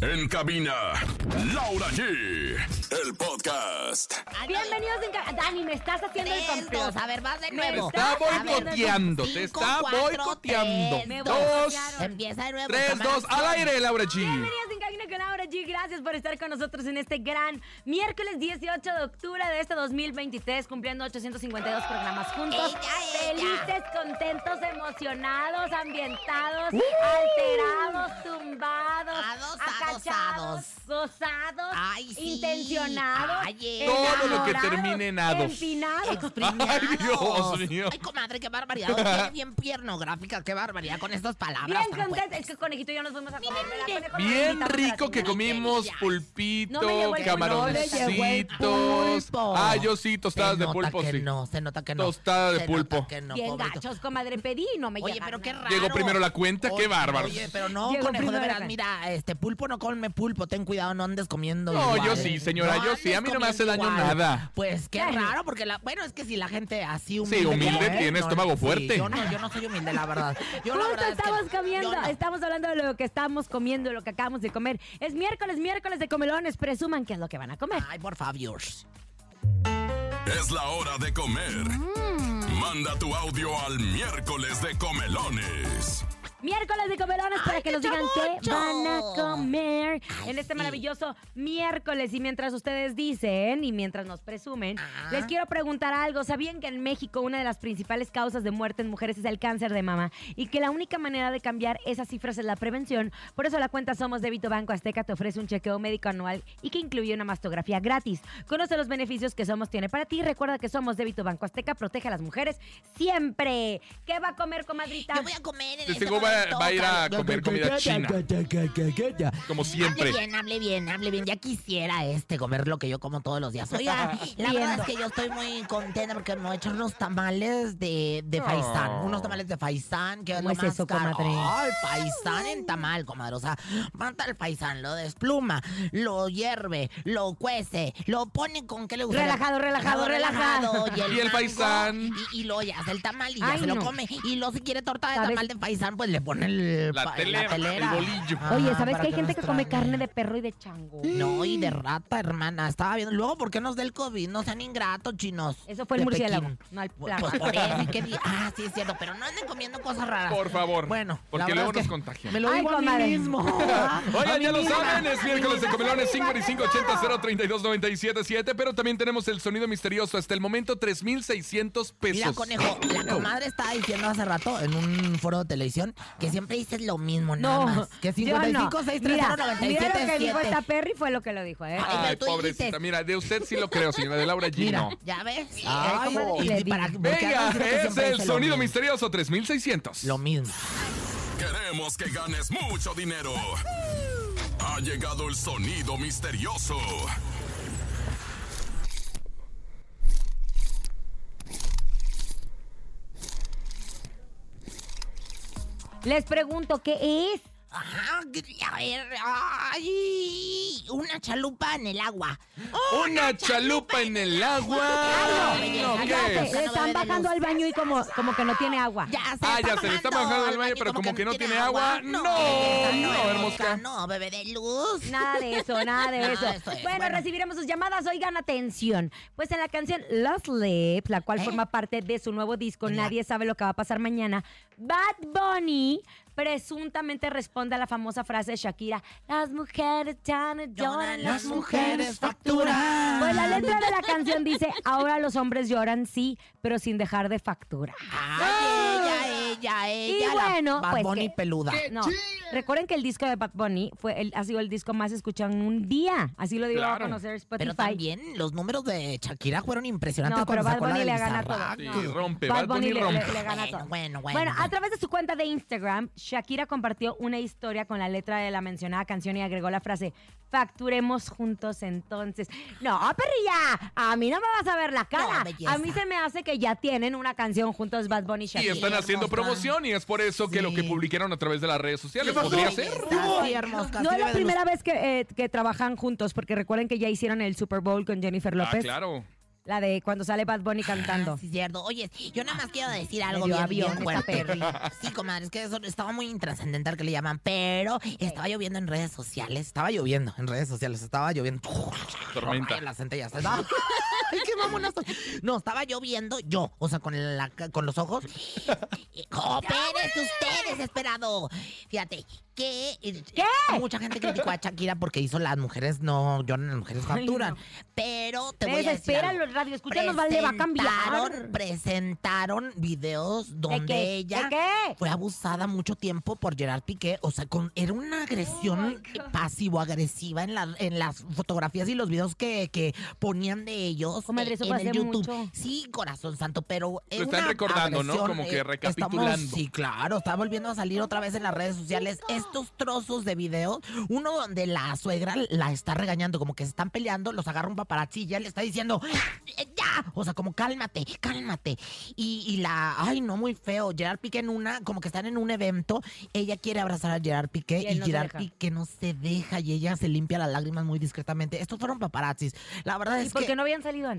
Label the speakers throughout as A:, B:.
A: En cabina, Laura G. El podcast.
B: Bienvenidos en ca- Dani, me estás haciendo el complot.
C: Lentos, a ver, vas de
B: Me
C: nuevo.
B: está
D: Está
B: boicoteando,
D: boicoteando, te
C: Cinco,
D: está
C: cuatro, tres,
D: boicoteando.
C: dos,
D: Dos,
C: Empieza de nuevo.
D: tres,
C: cámara,
D: dos, al
C: acción.
D: aire, Laura G.
B: Bienvenidos en Cabina con Laura G. Gracias por estar con nosotros en este gran miércoles 18 de octubre de este 2023, cumpliendo 852 programas juntos.
C: Ella, ella.
B: Felices, contentos, emocionados, ambientados, alterados, tumbados,
C: Ados,
B: acachados, gozados,
C: Ay, sí.
B: intencionados,
C: Ay, eh.
D: Todo lo que
B: enamorados,
D: termine en ados.
B: empinados.
C: Exprimiados.
D: Ay, Dios mío.
C: Ay, comadre, qué barbaridad. Oye, bien piernográfica, qué barbaridad con estas palabras.
B: Bien
C: tan
B: contenta.
C: fuertes.
B: Es que conejito y yo nos fuimos a comer.
C: Miren,
B: me la
C: miren.
B: conejo, nos
D: Bien
B: invitamos a la
D: rico que
B: cena.
D: comimos
C: Qué
D: pulpito,
B: No me llegó el pulpo.
C: No le llegó el
D: camaroncitos.
C: pulpo.
D: Ah, yo sí, tostadas
C: Se
D: de
C: nota
D: pulpo,
C: que
D: sí.
C: No, se nota que no.
D: Tostada de
C: Se nota
D: pulpo.
C: que no,
B: Bien
C: pobrito.
B: gachos, comadre, pedí y no me
C: Oye,
B: llegaron.
C: pero qué raro.
D: Llegó primero la cuenta, qué
C: Oye,
D: bárbaros.
C: Oye, pero no,
B: Llegó
C: conejo, de
B: primero la
C: veras,
B: cuenta.
C: mira, este pulpo no come pulpo, ten cuidado, no andes comiendo
D: No,
C: igual.
D: yo sí, señora, yo sí, a mí no me
C: andes
D: hace daño
C: comiendo
D: nada.
C: Pues qué
B: Claro.
C: raro, porque la, bueno, es que si la gente así humilde.
D: humilde
C: como es,
D: tiene estómago
C: sí,
D: fuerte.
C: yo no, yo no soy humilde, la verdad. Yo la
B: Justo
C: verdad es que
B: estamos
C: no,
B: comiendo,
C: yo no.
B: estamos hablando de lo que estamos comiendo, de lo que acabamos de comer. Es miércoles, miércoles de comelones, presuman qué es lo que van a comer.
C: Ay, por favor.
A: Es la hora de comer.
C: Mm.
A: Manda tu audio al miércoles de comelones.
B: Miércoles de comelones para
C: Ay,
B: que
C: qué
B: nos digan qué
C: chamucho.
B: van a comer
C: Ay,
B: en este
C: sí.
B: maravilloso miércoles. Y mientras ustedes dicen y mientras nos presumen,
C: Ah.
B: les quiero preguntar algo. ¿Sabían que en México una de las principales causas de muerte en mujeres es el cáncer de mama? Y que la única manera de cambiar esas cifras es la prevención. Por eso la cuenta Somos Débito Banco Azteca te ofrece un chequeo médico anual y que incluye una mastografía gratis. Conoce los beneficios que Somos tiene para ti. Recuerda que Somos Débito Banco Azteca protege a las mujeres siempre. ¿Qué va a comer, comadrita?
C: Yo voy a comer en
D: De
C: este
D: seguro va-
C: momento,
D: va a ir a
C: Carlos.
D: comer comida china. Como
C: Ah,
D: siempre.
C: Hable bien, hable bien, hable bien. Ya quisiera este comer lo que yo como todos los días. Oiga, la verdad es que yo estoy muy contenta porque me voy a echar unos tamales de, de faisán. Unos tamales de faisán, que es
B: ¿Cómo
C: lo
B: es
C: más
B: eso,
C: caro.
B: comadre?
C: Ay, faisán en tamal, comadre. O sea, mata el faisán, lo despluma, lo hierve, lo cuece, lo pone con qué le gusta.
B: Relajado, relajado, relajado.
C: Y el,
D: Y el
C: mango,
D: faisán.
C: Y, y lo ya hace el tamal y ya
B: Ay,
C: se lo
B: no.
C: come. Y lo si quiere torta de
B: ¿Sabes?
C: tamal de faisán, pues le pone el,
D: La
C: pa-
D: telera, el bolillo.
B: Oye,
C: Ah,
B: ¿sabes
C: para
B: que hay
C: no
B: gente que come
C: extrañe.
B: carne de perro y de chango?
C: No, y de rata, hermana. Estaba viendo. Luego, ¿por qué nos da el COVID? No sean ingratos, chinos.
B: Eso fue
C: De
B: el murciélago,
C: Pekín.
B: no el
C: Pues,
B: plato.
C: pues por eso, ¿y qué di- Ah, sí, es cierto. Pero no anden comiendo cosas raras.
D: Por favor.
C: Bueno, la
D: porque
C: verdad
D: luego
C: es que
D: nos contagian.
C: Me lo
B: Ay,
C: digo a
B: comadre.
C: mí mismo. A
D: Oigan,
C: mí
D: ya lo
C: misma.
D: saben, es miércoles de comelones
B: Viva
D: 55 80 0 32 97 7, pero también tenemos el sonido misterioso. Hasta el momento, 3,600 pesos.
C: Mira, conejo, la comadre estaba diciendo hace rato en un foro de televisión que siempre dices lo mismo, nada más. Que
B: yo
C: 55,
B: no.
C: 6,
B: Mira, mira lo que dijo esta Perry fue lo que lo dijo, ¿eh?
C: Ay,
D: Ay,
C: pero tú
D: pobrecita.
C: dijiste.
D: Mira, de usted sí lo creo, señora de Laura G.
C: Mira,
D: No.
C: ya ves.
B: Ay,
C: Ay,
B: comadre,
C: y-
B: le
C: y para- ¿por qué
D: Venga,
C: andas diciendo que
D: es
C: siempre
D: el
C: dice lo
D: sonido
C: mismo?
D: misterioso, 3,600.
C: Lo mismo.
A: Queremos que ganes mucho dinero. Ha llegado el sonido misterioso.
B: Les pregunto, ¿qué es?
C: Ajá, que- a ver, ay, una chalupa en el agua.
D: Una chalupa en el agua.
C: Ay,
D: No,
C: ay,
D: ¿qué
B: Fíjate,
C: ay,
B: le
D: es?
C: No va a
B: están
C: haber
B: bajando
C: luz.
B: al baño y como, como que no tiene agua.
C: Ya se
D: Ah,
C: está
D: ya se le está bajando al baño, pero como que no tiene agua. No, no, hermosca.
C: No, bebé de luz.
B: Nada de eso, nada de
C: Nada
B: eso.
C: de eso es,
B: bueno,
C: bueno.
B: recibiremos sus llamadas. Oigan, atención. Pues en la canción Lost Lips, la cual
C: ¿Eh?
B: forma parte de su nuevo disco
C: Ya.
B: Nadie sabe lo que va a pasar mañana, Bad Bunny presuntamente responde a la famosa frase de Shakira, las mujeres ya no lloran, las mujeres facturan. Pues la letra de la canción dice, ahora los hombres lloran, sí, pero sin dejar de facturar.
C: Ay, ella, ella, ella.
B: Ah. Y
C: la
B: bueno,
C: Bad
B: pues
C: Bunny
B: que-
C: peluda.
B: No, recuerden que el disco de Bad Bunny fue el- ha sido el disco más escuchado en un día. Así lo dio a
D: Claro.
B: conocer Spotify.
C: Pero también los números de Shakira fueron impresionantes.
B: No,
C: cuando
B: pero Bad
C: sacó la
B: Bunny
C: del
B: le gana a
C: Bizarrap.
B: todas.
D: Sí,
B: No.
D: rompe, Bad Bunny
B: le-
D: rompe.
B: Le, le gana a todas.
C: Bueno, bueno,
B: Bueno,
C: bueno.
B: a través de su cuenta de Instagram, Shakira compartió una historia con la letra de la mencionada canción y agregó la frase, facturemos juntos entonces. No, ah, perrilla, a mí no me vas a ver la cara.
C: No, belleza.
B: a mí se me hace que ya tienen una canción juntos Bad Bunny y
D: Y
B: Shakira.
D: están haciendo
C: hermosa.
D: promoción y es por eso que
C: Sí.
D: lo que publicaron a través de las redes sociales podría ser.
C: Así, hermosca,
B: No
C: así
B: es
C: bebé de
B: la
C: luz.
B: primera vez que, eh, que trabajan juntos, porque recuerden que ya hicieron el Super Bowl con Jennifer
D: Ah,
B: López.
D: claro.
B: La de cuando sale Bad Bunny cantando.
C: Ah, sí, cierto. Oye, yo nada más quiero decir algo
B: Medio
C: bien,
B: avión
C: bien
B: esta
C: fuerte. Sí, comadre, es que eso estaba muy intrascendental que le llaman, pero estaba lloviendo en redes sociales. Estaba lloviendo en redes sociales, estaba lloviendo.
D: Tormenta.
C: Ay, Las centellas. estaba- Ay, qué mamona soy. No, estaba lloviendo yo, o sea, con, la, con los ojos. Eh, ¡Coopérense usted, desesperado! Fíjate, que eh, mucha gente criticó a Shakira porque hizo las mujeres no lloran, las mujeres
B: Ay,
C: facturan. Pero te voy a decir
B: Desespera
C: algo.
B: los radio, escúchanos, vale, va a cambiar.
C: Presentaron- Presentaron videos donde
B: ¿De qué?
C: ella
B: ¿De qué?
C: fue abusada mucho tiempo por Gerard Piqué. O sea, con, era una
B: Oh
C: agresión pasivo-agresiva en, la- en las fotografías y los videos que, que ponían de ellos
B: Comadre,
C: eh,
B: eso
C: en
B: fue
C: el
B: hace
C: YouTube.
B: mucho.
C: Sí, corazón santo, pero es
D: Lo están
C: una
D: recordando, ¿no?
C: agresión,
D: Como que
C: eh,
D: recapitulando.
C: estamos- sí, claro, está volviendo a salir otra vez en las redes sociales estos trozos de videos. Uno donde la suegra la está regañando, como que se están peleando, los agarra un paparazzi y ya le está diciendo, "Eh, ¡ya! O sea, como cálmate, cálmate. Y, y la, ay, no, muy feo. Gerard Piqué en una, como que están en un evento, ella quiere abrazar a Gerard Piqué
B: Y
C: y,
B: él no se
C: Gerard
B: deja.
C: Piqué no se deja y ella se limpia las lágrimas muy discretamente. Estos fueron paparazzis. La verdad
B: ¿Y
C: es
B: por
C: que.
B: qué no habían salido antes?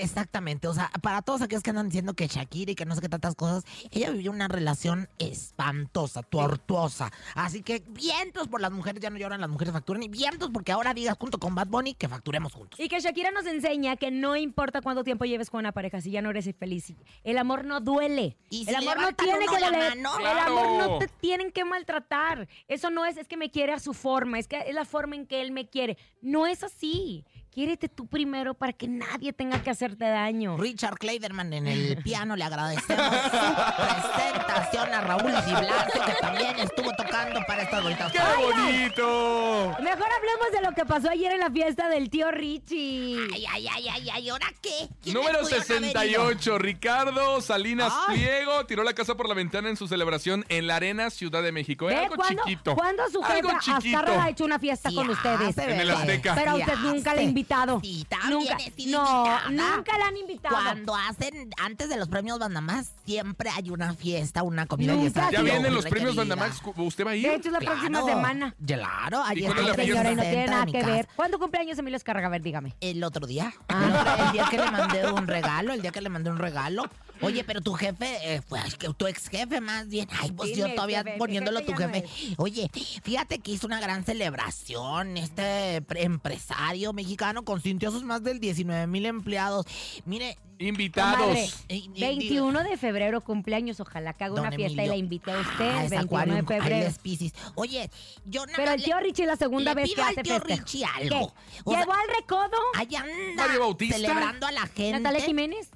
C: Exactamente, o sea, para todos aquellos que andan diciendo que Shakira y que no sé qué tantas cosas, ella vivió una relación espantosa, tortuosa. Así que vientos por las mujeres, ya no lloran las mujeres facturan, y vientos porque ahora digas junto con Bad Bunny que facturemos juntos.
B: Y que Shakira nos enseña que no importa cuánto tiempo lleves con una pareja, si ya no eres feliz, el amor no duele.
C: Y si
B: el amor no
C: levantan
B: tiene
C: uno
B: que
C: la
B: doler.
C: mano.
B: El amor no
D: Claro.
B: te tienen que maltratar. Eso no es, es que me quiere a su forma, es que es la forma en que él me quiere. No es así. Quiérete tú primero para que nadie tenga que hacerte daño.
C: Richard Kleiderman en el piano le agradecemos su presentación a Raúl Di Blasio, que también estuvo tocando para estas bonitas.
D: ¡Qué bonito!
B: Mejor hablemos de lo que pasó ayer en la fiesta del tío Richie.
C: Ay, ay, ay, ay, ay, ¿ahora qué? ¿Quiénes
D: Número
C: pudieron haber ido?
D: 68, Ricardo Salinas
C: Ay.
D: Pliego tiró la casa por la ventana en su celebración en la Arena, Ciudad de México.
B: Ve
D: Era algo
B: cuándo-
D: chiquito.
B: ¿Cuándo su
D: Algo
B: jefa
D: chiquito.
B: Azcárraga ha hecho una fiesta con
C: Ya
B: ustedes?
C: se
D: En el
C: ve.
D: Azteca.
B: Pero a
C: Ya
B: usted nunca le
C: se-
B: ha invitado.
C: Sí, también
B: nunca.
C: he sido
B: No,
C: invitada.
B: nunca la han invitado.
C: Cuando hacen, antes de los premios Bandamax, siempre hay una fiesta, una comida. y
B: Nunca
C: está
B: ha
D: Ya
B: sido.
D: vienen los
C: requerida.
D: premios Bandamax. ¿Usted va a ir?
B: De hecho, es la
C: Claro,
B: próxima semana.
C: Claro, ayer
D: cuál es
B: Ay,
D: la
C: estuve
B: señora, y no
C: presente
B: tiene
C: en
B: nada
C: mi
B: que
C: casa.
B: ver. ¿Cuándo cumpleaños Emilio Escarraga? A ver, dígame.
C: El otro día.
B: Ah.
C: El, otro- el día que le mandé un regalo, el día que le mandé un regalo. Oye, pero tu jefe, eh, fue- ay, que tu ex jefe más bien. Ay, pues
B: Dile,
C: yo todavía
B: jefe, mi
C: poniéndolo
B: jefe
C: tu
B: ya no
C: jefe. Oye, fíjate que hizo una gran celebración. Este pre- empresario mexicano consintió a sus más del 19 mil empleados. Mire,
B: Comadre,
D: Invitados.
C: eh, eh, digo-
B: 21 de febrero cumpleaños. Ojalá que haga
C: Don
B: una fiesta y
C: Emilio.
B: la invite a usted
C: Ah,
B: el
C: es
B: 21 de
C: Aquarium, ahí
B: febrero.
C: es Piscis. Oye, yo nada
B: Pero
C: más
B: el tío
C: le-
B: Richie es la segunda
C: le
B: vez
C: pido
B: que
C: al
B: hace
C: tío
B: festejo.
C: Richie
B: ¿Qué?
C: algo. O sea,
B: ¿Llegó al recodo?
C: Ahí anda
D: Mario Bautista.
C: celebrando a la gente.
B: ¿Natalia Jiménez?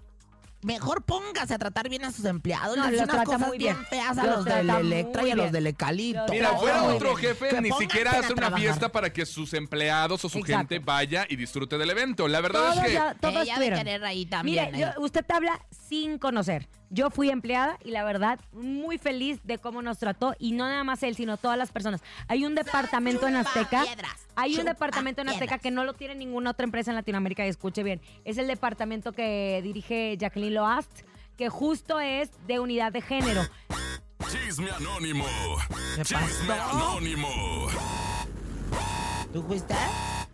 C: Mejor póngase a tratar bien a sus empleados.
B: No,
C: Les
B: los
C: dice unas
B: trata
C: cosas
B: muy
C: bien
B: bien.
C: feas a
B: Los
C: los, del
B: trata
C: Electra
B: muy
C: y a
B: bien.
C: los del Elecalipto.
B: Los
D: Mira,
B: Todo
D: fuera
B: muy
D: otro
B: bien.
D: jefe,
C: Que
D: ni
C: pónganse
D: siquiera
C: a
D: hace una
C: trabajar.
D: fiesta para que sus empleados o su
B: Exacto.
D: gente vaya y disfrute del evento. La verdad
B: Todos,
D: es que
B: ya- todos
C: Ella debe
B: tuvieron.
C: querer ahí también. ¿eh?
B: Mire,
C: ahí.
B: yo- usted te habla sin conocer. Yo fui empleada y la verdad, muy feliz de cómo nos trató. Y no nada más él, sino todas las personas. Hay un departamento en
C: Chupa
B: Azteca.
C: piedras,
B: Hay un
C: chupa
B: departamento en Azteca
C: piedras.
B: que no lo tiene ninguna otra empresa en Latinoamérica. Y escuche bien. Es el departamento que dirige Jacqueline Loast, que justo es de unidad de género.
A: Chisme anónimo.
C: ¿Qué
A: Chisme
C: pasó?
A: anónimo.
C: ¿Tú fuiste?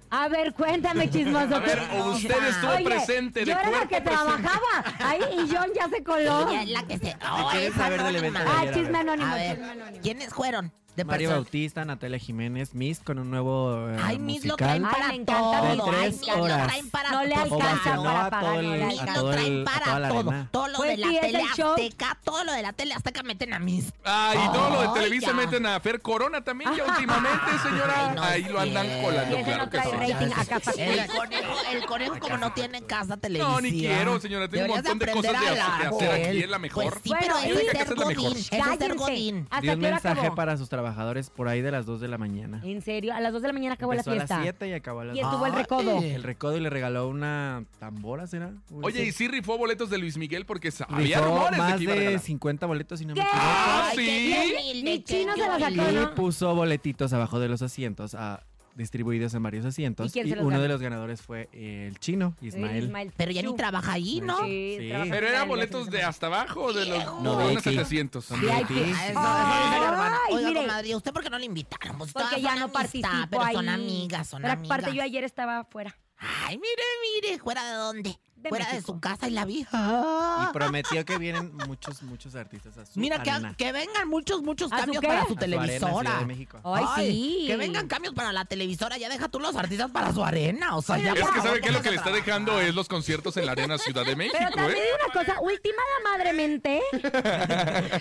B: A ver, cuéntame, chismoso.
D: A ver,
B: ¿qué-
D: usted estuvo
B: Oye,
D: presente de
B: yo era la
D: cuerpo
B: que
D: presente.
B: trabajaba ahí y John ya se coló.
C: Ella es la que se. Oh,
E: quieres
C: esa
E: saber del evento?
B: Ah,
C: anónima.
B: chisme anónimo,
C: A
B: chisme anónimo.
C: ver, ¿quiénes fueron? De
E: Mario
C: persona?
E: Bautista, Natalia Jiménez, Mist con un nuevo eh,
C: Ay, mis lo traen
E: musical.
B: Ay,
C: para
B: me encanta
C: todo.
E: Mist. De
C: Ay,
E: tres
C: mis lo
E: horas.
C: traen para
B: No le
C: todo.
B: alcanza
C: Claro.
E: Ovacionó
B: para
E: a todo
B: pagar el
E: el- a
C: Y
B: alcance.
E: todo
C: lo
E: el-
C: traen
E: a toda la
C: para todo.
E: arena.
C: Todo lo
B: Pues
C: de la
B: sí, es
C: tele
B: el show.
C: azteca, todo lo de la tele azteca meten a mis.
D: Ah, y todo lo de
C: Ay,
D: Televisa
C: ya.
D: meten a Fer Corona también, ya últimamente, señora.
C: Ay, no
D: Ahí lo andan
C: quiero.
D: colando,
B: Ese
D: claro
B: no
D: que
B: trae
D: sí.
B: rating acá para-
C: El conejo, el conejo como no tiene casa televisiva.
D: No, ni quiero, señora, tengo un
C: Deberías
D: montón de
C: aprender
D: cosas de-
C: a la-
D: de hacer aquí,
C: Joel.
D: es la mejor.
C: Pues sí,
B: Bueno,
C: pero
B: y-
C: ese es
D: Esa
C: ser
D: es la mejor.
C: Godín. Ese es
B: Cállense.
C: ser Godín.
B: ¿Hasta
E: Dio un
B: qué hora
E: mensaje
B: acabó?
E: para sus trabajadores por ahí de las 2 de la mañana.
B: ¿En serio? A las 2 de la mañana acabó
E: Empezó
B: la fiesta.
E: a las 7 y acabó a las
B: Y
E: dos.
B: estuvo
C: Ah,
B: el
C: eh,
B: recodo.
E: El recodo y le regaló una tambora, ¿será?
D: Oye,
E: Uy, Pues sí.
D: y sí rifó boletos de Luis Miguel porque sa- había
E: Rifó
D: rumores de
E: más
D: que iba a
E: de
D: regalar.
E: 50 boletos, si no me
B: ¿Qué?
E: equivoco.
D: Ah,
C: Ay, qué
D: sí.
C: bien, humilde,
B: Ni
C: qué
B: chino se la
C: humilde.
B: sacó,
E: Y
B: ¿no?
E: puso boletitos abajo de los asientos, ah, distribuidos en varios asientos.
B: ¿Y quién se los
E: uno
B: ganó?
E: de los ganadores fue el chino, Ismael.
C: Pero ya ni
B: Chu.
C: trabaja ahí, ¿no?
E: Sí.
B: trabaja
D: Pero eran
B: en el-
D: boletos de hasta abajo, de los
E: No,
D: de unos
E: Vicky.
D: 700.
E: Son
B: Sí, hay
E: VIP.
B: que-
C: Ah, eso,
B: Ay,
C: eso, hermano.
B: ay,
C: Oiga,
B: mire.
C: comadre, ¿y usted por qué no le invitaron? Pues
B: Porque
C: todas
B: ya
C: son
B: no
C: amistad,
B: participo
C: Pero
B: ahí.
C: son amigas, son
B: Pero
C: amigas.
B: aparte yo ayer estaba afuera.
C: Ay, mire, mire, ¿fuera de dónde?
B: De de
C: fuera de
B: México. pues,
C: su casa y la vi. Ah.
E: Y prometió que vienen muchos, muchos artistas a su
C: Mira, que,
E: arena.
C: que vengan muchos, muchos
B: ¿A su
C: cambios
B: qué?
C: para
B: A
C: su
E: A su arena, Ciudad
C: televisora. Oh,
E: de México.
B: Ay, sí.
C: Que vengan cambios para la televisora. Ya deja tú los artistas para su arena. O sea, ya
D: Es
C: por
D: que
C: favor,
D: sabe que lo que
C: pónganse
D: le está
C: a
D: dejando
C: trabajar.
D: es los conciertos en la Arena Ciudad de
B: Pero
D: México,
B: también
D: ¿eh?
B: una cosa, ultimada madremente.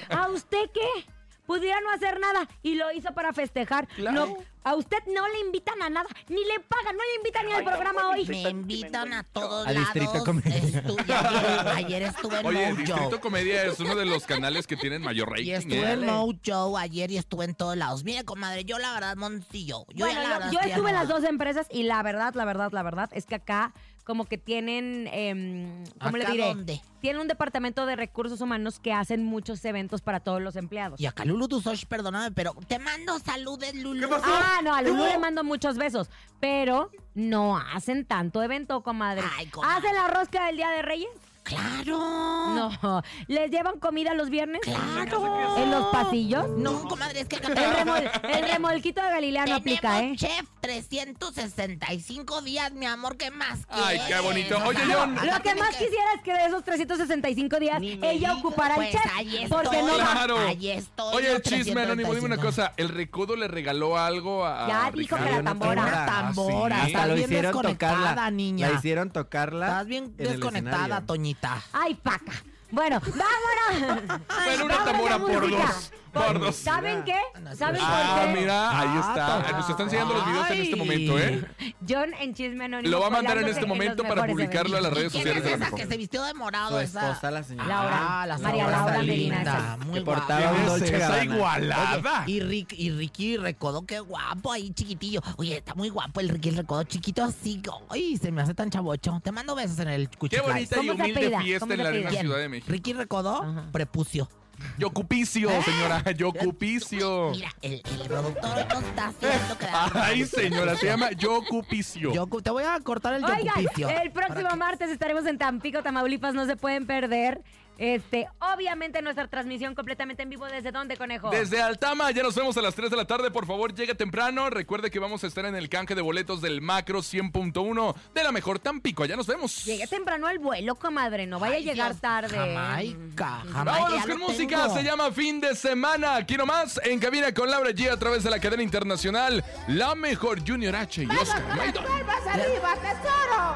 B: ¿A usted qué? Pudiera no hacer nada y lo hizo para festejar.
D: Claro.
B: No, a usted no le invitan a nada, ni le pagan, no le invitan ni al
F: Ay, no,
B: programa
F: no,
B: hoy.
F: sí.
C: Me invitan a todos
E: A
C: lados.
E: Distrito Comedia.
C: Estuve- ayer estuve en
D: Oye,
C: Mojo.
D: Distrito Comedia es uno de los canales que tienen mayor
C: Y
D: rating,
C: estuve
D: ¿eh?
C: en Mojo ayer y estuve en todos lados. Mire, comadre, yo la verdad, Montillo. Yo
B: bueno,
C: ya la
B: yo,
C: verdad
B: yo
C: estoy
B: estuve en las
C: enojada.
B: dos empresas y la verdad, la verdad, la verdad es que acá como que tienen, em, ¿cómo le
C: ¿Acá
B: diré?
C: dónde?
B: Tienen un departamento de recursos humanos que hacen muchos eventos para todos los empleados.
C: Y acá Lulu Tusosh, perdóname, pero te mando saludes, Lulu.
B: Ah, no, a Lulú le mando muchos besos, pero no hacen tanto evento, comadre.
C: Ay, comadre.
B: ¿Hacen la rosca del Día de Reyes?
C: ¡Claro!
B: No. ¿Les llevan comida los viernes?
C: ¡Claro!
B: ¿En los pasillos?
C: No, comadre, es que acá
B: El,
C: tenemos,
B: remol- el remolquito de Galilea no aplica, ¿eh?
C: tenemos chef 365 días, mi amor, ¿qué más
D: Ay,
C: quieres?
D: qué bonito.
C: O
D: Oye,
C: sea,
D: John.
C: acá
B: Lo que
C: tienen
B: más quisiera es que de esos 365 días
C: Ni me
B: ella
C: digas.
B: ocupará el
C: Pues
B: chat.
C: ahí estoy.
B: Porque no va.
D: Claro.
C: Ahí estoy.
D: Oye,
C: los
D: chisme anónimo, dime una
C: 365.
D: cosa. ¿El recodo le regaló algo a.
B: Ya dijo que
D: Ricardo?
B: la
E: Había una
B: tambora.
E: tambora.
C: Una tambora,
D: Ah, ¿sí?
C: está-
E: Hasta lo
C: bien
E: hicieron
C: desconectada,
E: tocarla.
C: niña.
E: La hicieron tocarla.
C: Estás bien
E: en el
C: desconectada,
E: escenario.
C: Toñita.
B: Ay, paca. Bueno, vámonos.
D: Bueno, una
B: Vámonos a
D: tambora por
B: música.
D: dos. Por dos.
B: ¿Saben qué?
C: Una
B: ¿Saben
D: Ah,
B: por qué?
D: mira, ahí
C: Ah,
D: está. Nos está enseñando los videos en este
C: ay.
D: momento, ¿eh?
B: John en Chisme Anónimo.
D: Lo va a mandar en
B: colándose los
D: este momento para
B: mejores
D: publicarlo a las
B: eventos.
C: ¿Y
D: redes
C: quién
D: sociales de
C: es esa
D: la mejor.
C: que se vistió de morado?
E: Su
C: esa?
E: esposa, la señora.
B: Laura.
C: Ah, la
B: María
C: señora
B: Laura
C: está
B: Medina,
C: linda, Muy
E: que
C: guapa.
E: portaba un
D: ¿Quién es
E: Dolce
D: esa
E: Gabbana.
D: igualada?
C: Y, Rick, y Ricky Recodo, qué guapo ahí, chiquitillo. Oye, está muy guapo el Ricky Recodo, chiquito así. Ay, se me hace tan chabocho. Te mando besos en el
D: Qué
C: cuchillo.
D: bonita y
B: ¿Cómo se
D: humilde
B: apellida? ¿Cómo
D: fiesta en
B: se
D: la
B: apellida?
D: Arena Ciudad de México.
C: Ricky Recodo,
B: Ajá.
C: prepucio.
D: Yocupicio,
C: Ah,
D: señora. Yocupicio.
C: Mira, el, el productor nos está haciendo quedar.
D: Ay, señora, se llama Yocupicio.
C: Yo cu- te voy a cortar el yocupicio.
B: Oigan, el
C: Para
B: próximo
C: que-
B: martes estaremos en Tampico, Tamaulipas. No se pueden perder. Este, obviamente nuestra transmisión completamente en vivo. ¿Desde dónde, conejo?
D: Desde Altama, ya nos vemos a las 3 de la tarde. Por favor, llegue temprano. Recuerde que vamos a estar en el canje de boletos del Macro 100.1 de la mejor Tampico. Allá nos vemos.
B: Llegué temprano al vuelo, comadre. No vaya
C: Ay,
B: a llegar
C: Dios,
B: tarde.
C: Jamaica, Jamaica.
D: Vámonos
C: ya
D: con
C: lo
D: música,
C: tengo.
D: se llama Fin de Semana. Aquí nomás, en cabina con Laura G a través de la cadena internacional, la mejor Junior H y Oscar Maidon.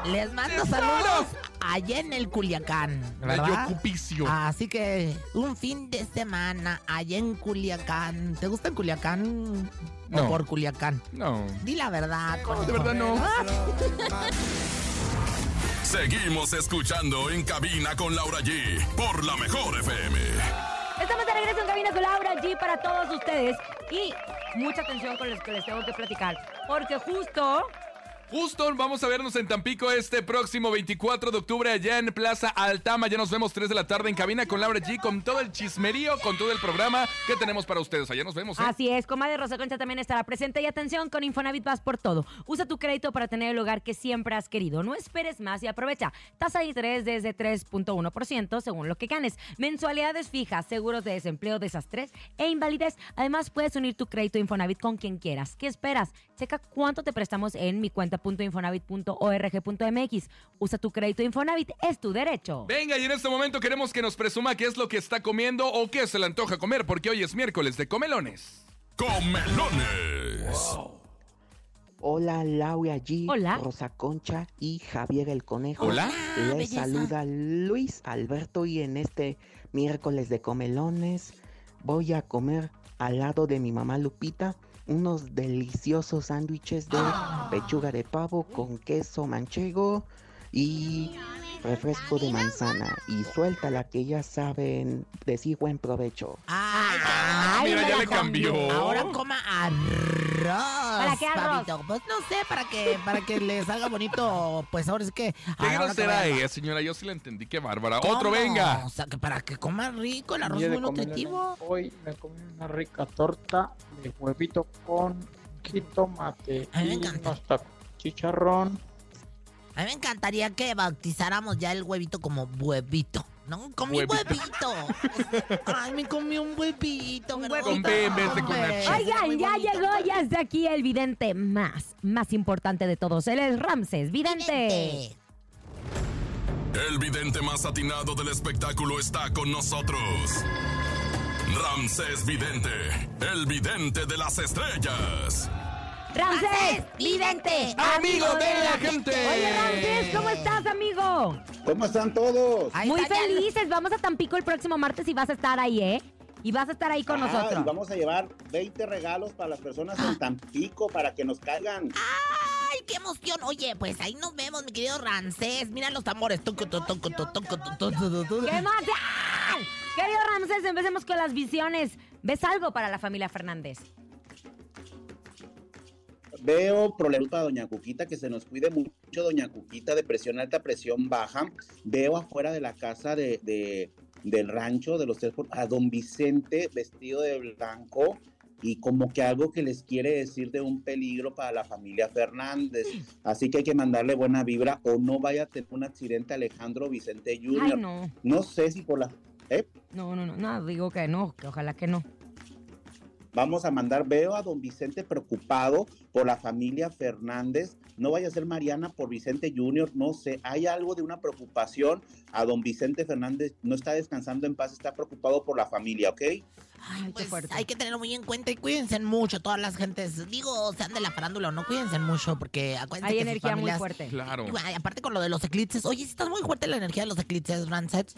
C: Les mando
D: ¡Tesoro!
C: saludos allá en el Culiacán.
D: La
C: ¿verdad? Ah.
D: Yocupicio.
C: Así que un fin de semana allá en Culiacán. ¿Te gusta en Culiacán?
D: No.
C: O por Culiacán.
D: No.
C: Di la verdad.
D: De
C: conejo.
D: verdad no.
A: Seguimos escuchando en cabina con Laura G por la mejor FM.
B: Estamos de regreso en Cabina con Laura G para todos ustedes. Y mucha atención con los que les tengo que platicar. Porque justo
D: Justo vamos a vernos en Tampico este próximo 24 de octubre allá en Plaza Altama. Ya nos vemos 3 de la tarde en cabina con Laura G con todo el chismerío, con todo el programa que tenemos para ustedes. Allá nos vemos. ¿eh?
B: Así es, comadre Rosa Concha también estará presente y atención, con Infonavit vas por todo. Usa tu crédito para tener el hogar que siempre has querido. No esperes más y aprovecha. Tasa de interés desde 3.1% según lo que ganes. Mensualidades fijas, seguros de desempleo, desastres e invalidez. Además, puedes unir tu crédito Infonavit con quien quieras. ¿Qué esperas? Checa cuánto te prestamos en mi cuenta.infonavit.org.mx. Usa tu crédito Infonavit, es tu derecho.
D: Venga, y en este momento queremos que nos presuma qué es lo que está comiendo o qué se le antoja comer, porque hoy es miércoles de comelones.
A: Comelones.
G: Hola Laura G,
B: Hola.
G: Rosa Concha y Javier el Conejo.
D: Hola.
G: Les
C: belleza.
G: saluda Luis Alberto y en este miércoles de comelones voy a comer al lado de mi mamá Lupita unos deliciosos sándwiches de pechuga de pavo con queso manchego y refresco de manzana. Y suéltala que ya saben decir buen provecho.
C: Ay,
D: Ah,
C: ay,
D: mira,
C: me
D: ya
C: la
D: le
C: comí.
D: cambió.
C: Ahora coma arroz.
B: ¿Para qué arroz?
C: papito. Pues no sé, para que, para que les salga bonito. Pues ahora es que.
D: ¿Qué
C: a la hora que
D: grosera
C: vayan-
D: ella, señora? Yo sí la entendí, qué bárbara.
C: ¿Cómo?
D: Otro, venga.
C: O sea, que para que coma rico, el arroz
H: Día
C: es muy
H: de comer
C: nutritivo.
H: helado. Hoy me comí una rica torta de huevito con jitomate
C: A mí me
H: y
C: encanta.
H: unos tacos. Chicharrón.
C: A mí me encantaría que bautizáramos ya el huevito como huevito. No, comí
D: Huevito.
C: huevito. Ay, me comí un huevito.
B: Un
C: pero
B: huevito.
D: Con B en vez de con
C: hombre,
D: H.
C: está muy
B: Oigan, ya
C: bonito.
B: llegó, ya está aquí el vidente más, más importante de todos. Él es Ramses, vidente.
C: Vidente.
A: El vidente más atinado del espectáculo está con nosotros. Ramsés Vidente, el vidente de las estrellas.
B: Ramsés,
C: vidente.
D: ¡Amigo de la gente!
B: Oye, Ramsés, ¿cómo estás, amigo?
I: ¿Cómo están todos?
J: Ahí
B: Muy
J: está ya el-
B: felices. Vamos a Tampico el próximo martes y vas a estar ahí, ¿eh? Y vas a estar ahí con
I: Ah,
B: nosotros. Ah.
I: y vamos a llevar 20 regalos para las personas en Tampico para que nos caigan.
C: Ay, qué emoción. Oye, pues ahí nos vemos, mi querido Rancés. Mira los tambores. Tucu, tu, tucu, tu, tucu, tu, tu, tu, tu, tu.
B: ¡Qué emoción! Querido Ramsés, empecemos con las visiones. ¿Ves algo para la familia Fernández?
I: Veo problemas para Doña Cuquita, que se nos cuide mucho Doña Cuquita de presión alta, presión baja. Veo afuera de la casa de, de- del rancho de los tres por- a Don Vicente vestido de blanco y como que algo que les quiere decir de un peligro para la familia Fernández. Así que hay que mandarle buena vibra o no vaya a tener un accidente Alejandro Vicente
B: Ay,
I: Jr. no.
B: no.
I: sé si por la... ¿eh?
B: No, no, no. No, digo que no, que ojalá que no.
I: Vamos a mandar, veo a don Vicente preocupado por la familia Fernández. No vaya a ser Mariana por Vicente Junior, no sé. Hay algo de una preocupación a don Vicente Fernández. No está descansando en paz, está preocupado por la familia, ¿ok?
B: Ay, qué
C: Ay, pues
B: fuerte.
C: hay que tenerlo muy en cuenta y cuídense mucho todas las gentes. Digo, sean de la farándula o no, cuídense mucho porque acuérdense
B: Hay
C: que sus
B: energía muy
C: familias-
B: fuerte.
D: Claro.
C: Y bueno, y aparte con lo de los eclipses. Oye, si estás muy fuerte la energía de los eclipses, Rancet.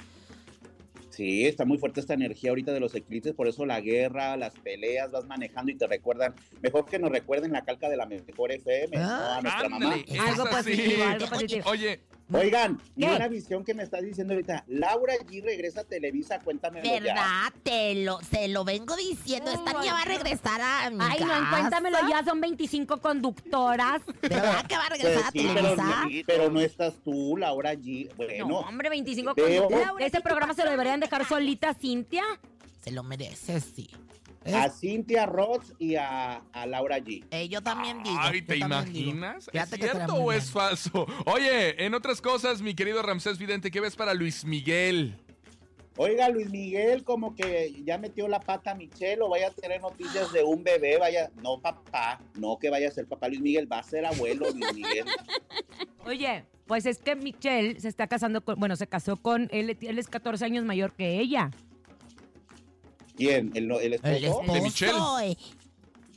I: Sí, está muy fuerte esta energía ahorita de los eclipses, por eso la guerra, las peleas, vas manejando y te recuerdan. Mejor que nos recuerden la calca de la mejor FM, ¿no?
C: Ah,
I: a nuestra mamá.
D: Ándale,
B: Algo
D: esa sí.
B: positivo, algo positivo.
D: Oye,
I: Oigan, y
B: ¿Qué?
I: una visión que me estás diciendo ahorita. Laura G regresa a Televisa, cuéntame. Ya.
C: ¿Verdad? Te lo, se lo vengo diciendo. Esta niña va a regresar a mi
B: Ay, no,
C: casa.
B: en cuéntamelo ya, son 25 conductoras.
C: ¿Verdad que va a
I: Pues
C: regresar
I: sí,
C: a
I: pero,
C: Televisa?
I: pero no estás tú, Laura G. Bueno,
B: No, hombre, 25
I: Veo-
B: conductoras. Este programa se lo deberían dejar solita, Cintia.
C: Se lo merece, sí. Es-
I: a Cintia Roth y a, a Laura G.
C: eh, yo también digo.
D: ay,
C: yo
D: ¿te
C: también digo.
D: imaginas? ¿Es
C: Fíjate que estaría
D: cierto
C: muy
D: o
C: bien.
D: es falso? Oye, en otras cosas, mi querido Ramsés Vidente, ¿qué ves para Luis Miguel?
I: Oiga, Luis Miguel, como que ya metió la pata a Michelle, o vaya a tener noticias de un bebé, vaya. No, papá, no que vaya a ser papá Luis Miguel, va a ser abuelo Luis Miguel.
B: Oye, pues es que Michelle se está casando con, bueno, se casó con, él, él es 14 años mayor que ella.
I: ¿Quién? ¿El, no- el esposo?
C: El esposo.
D: Michelle.
C: eh.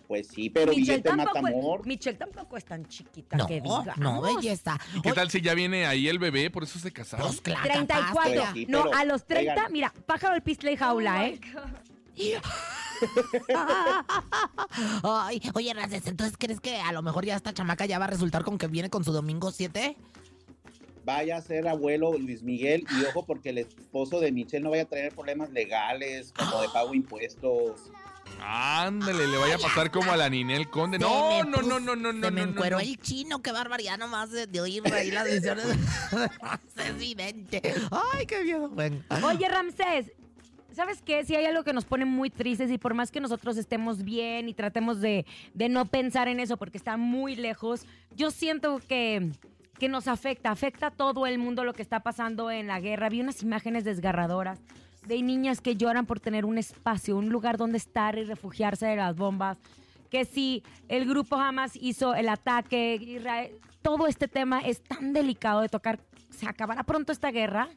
I: Pues sí, pero
B: Michelle
I: billete
B: tampoco,
I: matamor.
B: es, Michelle tampoco es tan chiquita
C: No,
B: que diga.
C: no, belleza.
D: ¿Y qué
C: Oye,
D: tal si ya viene ahí el bebé? Por eso se casaron.
C: pues, claro,
B: 34.
I: Pues sí,
B: no,
I: pero,
B: a los 30,
I: oigan.
B: mira, pájaro el pistla y jaula, ¿eh?
C: capaz. Ay, oye, Rancet, ¿entonces crees que a lo mejor ya esta chamaca ya va a resultar con que viene con su domingo 7?
I: Vaya a ser abuelo Luis Miguel, y ojo, porque el esposo de Michelle no vaya a tener problemas legales, como de pago de impuestos.
D: Ándale, le vaya a pasar como a la Ninel Conde.
C: Se
D: No,
C: me
D: no,
C: pus-
D: no, no, no, no,
C: Se me
D: no, no.
C: encueró el chino, qué barbaridad nomás de, de oír ahí las visiones. es vidente. Ay, qué miedo. Bueno.
B: Oye, Ramsés, ¿sabes qué? Si hay algo que nos pone muy tristes y por más que nosotros estemos bien y tratemos de, de no pensar en eso porque está muy lejos, yo siento que, que nos afecta, afecta a todo el mundo lo que está pasando en la guerra. Vi unas imágenes desgarradoras de niñas que lloran por tener un espacio, un lugar donde estar y refugiarse de las bombas. Que si el grupo Hamas hizo el ataque, Israel- todo este tema es tan delicado de tocar. ¿Se acabará pronto esta guerra?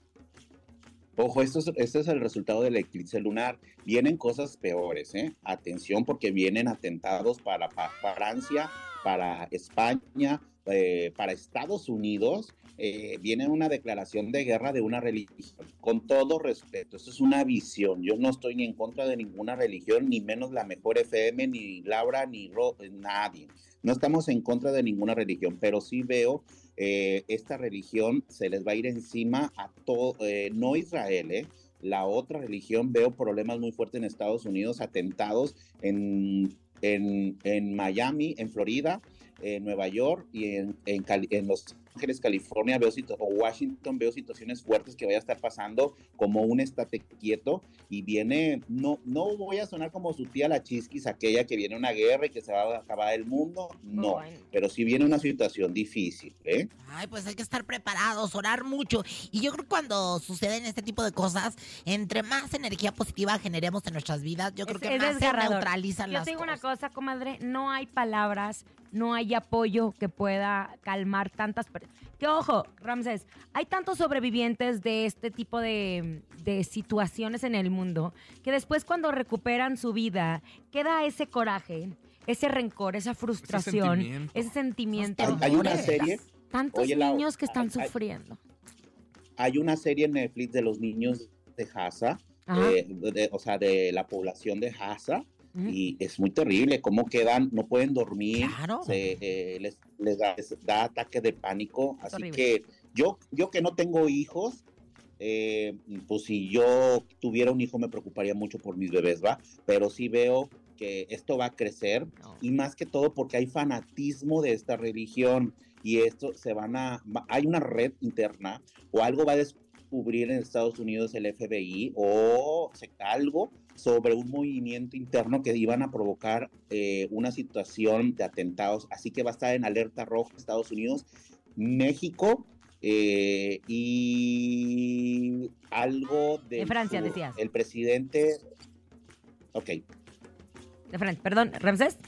I: Ojo, esto es, este es el resultado del eclipse lunar. Vienen cosas peores, ¿eh? Atención, porque vienen atentados para, pa- para Francia, para España, eh, para Estados Unidos. Eh, viene una declaración de guerra de una religión. Con todo respeto, esto es una visión. Yo no estoy ni en contra de ninguna religión, ni menos la mejor FM, ni Laura, ni Ro- nadie. No estamos en contra de ninguna religión, pero sí veo eh, esta religión se les va a ir encima a todo, eh, no Israel, eh, la otra religión, veo problemas muy fuertes en Estados Unidos, atentados en, en, en Miami, en Florida, en Nueva York y en, en, Cali- en Los Ángeles, California, veo situ- o Washington, veo situaciones fuertes que vaya a estar pasando como un estate quieto y viene, no, no voy a sonar como su tía la chisquis, aquella que viene una guerra y que se va a acabar el mundo, no
B: Oh, Bueno.
I: pero sí viene una situación difícil, ¿eh?
C: Ay, pues hay que estar preparados, orar mucho. Y yo creo que cuando suceden este tipo de cosas, entre más energía positiva generemos en nuestras vidas, yo creo
B: Es-
C: que
B: es
C: más se
B: desgarrador.
C: neutralizan
B: Yo
C: las
B: te digo
C: cosas.
B: una cosa, comadre, no hay palabras no hay apoyo que pueda calmar tantas personas. Que ojo, Ramses, hay tantos sobrevivientes de este tipo de, de situaciones en el mundo que después cuando recuperan su vida queda ese coraje, ese rencor, esa frustración,
D: sentimiento.
B: ese sentimiento.
I: Hay- hay una serie
B: Tantos
I: Oye, Lau,
B: niños que están
I: hay- hay-
B: sufriendo.
I: hay una serie en Netflix de los niños de Haza,
B: Ajá.
I: de- de- o sea, de la población de Haza,
B: Ujú.
I: y es muy terrible cómo quedan, no pueden dormir,
F: Claro.
I: se, eh, les, les da, les da ataque de pánico, así
B: horrible.
I: que yo, yo que no tengo hijos, eh, pues si yo tuviera un hijo me preocuparía mucho por mis bebés, ¿va? Pero sí veo que esto va a crecer y más que todo porque hay fanatismo de esta religión y esto se van a, va- hay una red interna o algo va a descubrir en Estados Unidos el FBI o se- algo sobre un movimiento interno que iban a provocar eh, una situación de atentados. Así que va a estar en alerta roja Estados Unidos, México eh, y algo de...
B: En Francia, decías.
I: El presidente... Ok,
B: De Fran- Perdón, Ramses,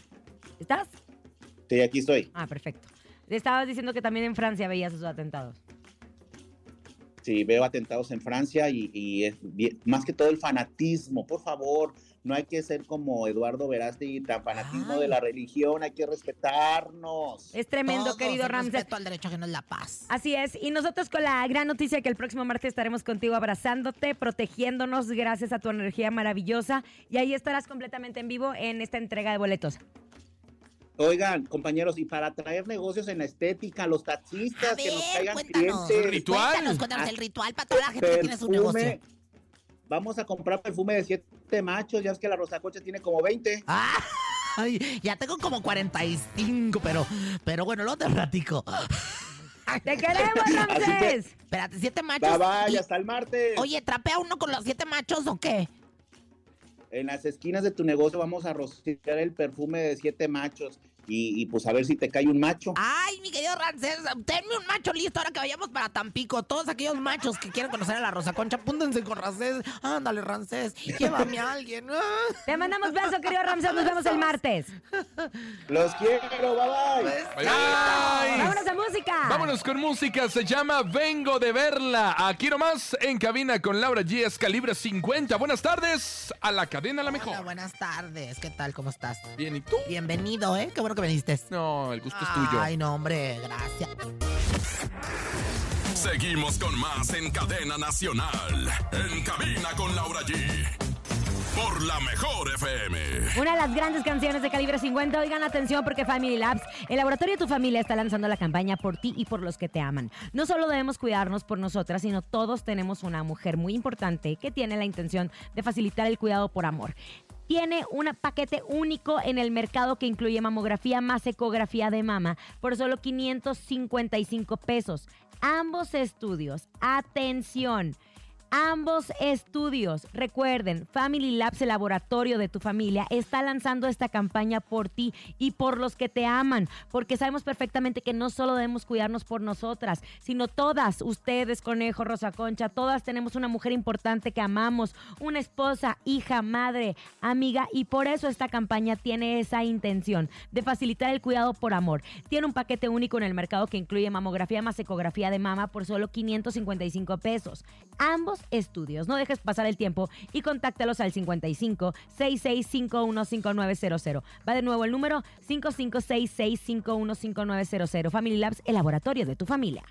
B: ¿estás?
I: estoy aquí estoy.
B: Ah, perfecto. Estabas diciendo que también en Francia veías esos atentados.
I: Sí, veo atentados en Francia y, y es bien- más que todo el fanatismo. Por favor, no hay que ser como Eduardo Verástegui, tan fanatismo de la religión, hay que respetarnos.
B: Es tremendo,
F: Todos,
B: querido
F: el
B: Ramses.
F: Respeto al derecho que no es la paz.
B: Así es, y nosotros con la gran noticia que el próximo martes estaremos contigo abrazándote, protegiéndonos gracias a tu energía maravillosa y ahí estarás completamente en vivo en esta entrega de boletos.
I: Oigan, compañeros, y para traer negocios en la estética, los taxistas
F: A
I: que nos
F: ver,
I: traigan
F: cuéntanos.
I: clientes. Ah.
D: Ritual.
F: Cuéntanos, cuéntanos el ritual para toda la gente que tiene su negocio.
I: perfume. Vamos a comprar perfume de siete machos, ya es que la Rosacocha tiene como 20.
F: Ah, ay, ya tengo como 45, pero, pero bueno, luego te platico.
B: ¡Te queremos, Ramses!
F: Espérate, siete machos.
I: Bye bye,
F: y-
I: hasta el martes.
F: Oye, ¿trapea uno con los siete machos o qué?
I: en las esquinas de tu negocio vamos a rociar el perfume de siete machos y, y, pues a ver si te cae un macho.
F: Ay, mi querido Ramses, tenme un macho listo ahora que vayamos para Tampico. Todos aquellos machos que quieran conocer a la Rosa Concha, apúntense con Ramsés. Ándale, Ramsés, llévame a alguien. Ah,
B: Te mandamos beso, querido Ramses, nos vemos el martes.
I: Los quiero, bye bye.
D: Bye, bye.
B: ¡Vámonos a música!
D: Vámonos con música, se llama Vengo de verla. Aquí nomás en cabina con Laura G. Es calibre 50. Buenas tardes a la cadena La
F: Hola,
D: Mejor.
F: buenas tardes. ¿Qué tal? ¿Cómo estás?
D: Bien, ¿y tú?
F: Bienvenido, ¿eh? Qué bueno que viniste.
D: No, el gusto es tuyo.
F: Ay, no, hombre, gracias.
A: Seguimos con más en Cadena Nacional. En cabina con Laura G. Por la mejor FM.
B: Una de las grandes canciones de calibre 50. Oigan atención porque Family Labs, el laboratorio de tu familia, está lanzando la campaña por ti y por los que te aman. No solo debemos cuidarnos por nosotras, sino todos tenemos una mujer muy importante que tiene la intención de facilitar el cuidado por amor. Tiene un paquete único en el mercado que incluye mamografía más ecografía de mama por solo 555 pesos. Ambos estudios, atención, Ambos estudios, recuerden, Family Labs, el laboratorio de tu familia, está lanzando esta campaña por ti y por los que te aman, porque sabemos perfectamente que no solo debemos cuidarnos por nosotras, sino todas, ustedes, Conejo, Rosa Concha, todas tenemos una mujer importante que amamos, una esposa, hija, madre, amiga, y por eso esta campaña tiene esa intención de facilitar el cuidado por amor. Tiene un paquete único en el mercado que incluye mamografía más ecografía de mama por solo 555 pesos. Ambos estudios. No dejes pasar el tiempo y contáctalos al 55 66515900. Va de nuevo el número 5566515900. Family Labs, el laboratorio de tu familia.